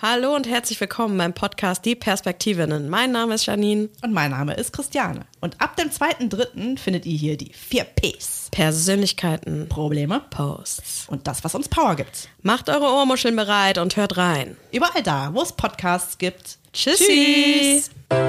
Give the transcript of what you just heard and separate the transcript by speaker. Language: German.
Speaker 1: Hallo und herzlich willkommen beim Podcast Die Perspektivinnen. Mein Name ist Janine.
Speaker 2: Und mein Name ist Christiane. Und ab dem 2.3. findet ihr hier die 4 Ps.
Speaker 1: Persönlichkeiten.
Speaker 2: Probleme
Speaker 1: Posts.
Speaker 2: und das, was uns Power gibt.
Speaker 1: Macht eure Ohrmuscheln bereit und hört rein.
Speaker 2: Überall da, wo es Podcasts gibt.
Speaker 1: Tschüssi.
Speaker 2: Tschüss.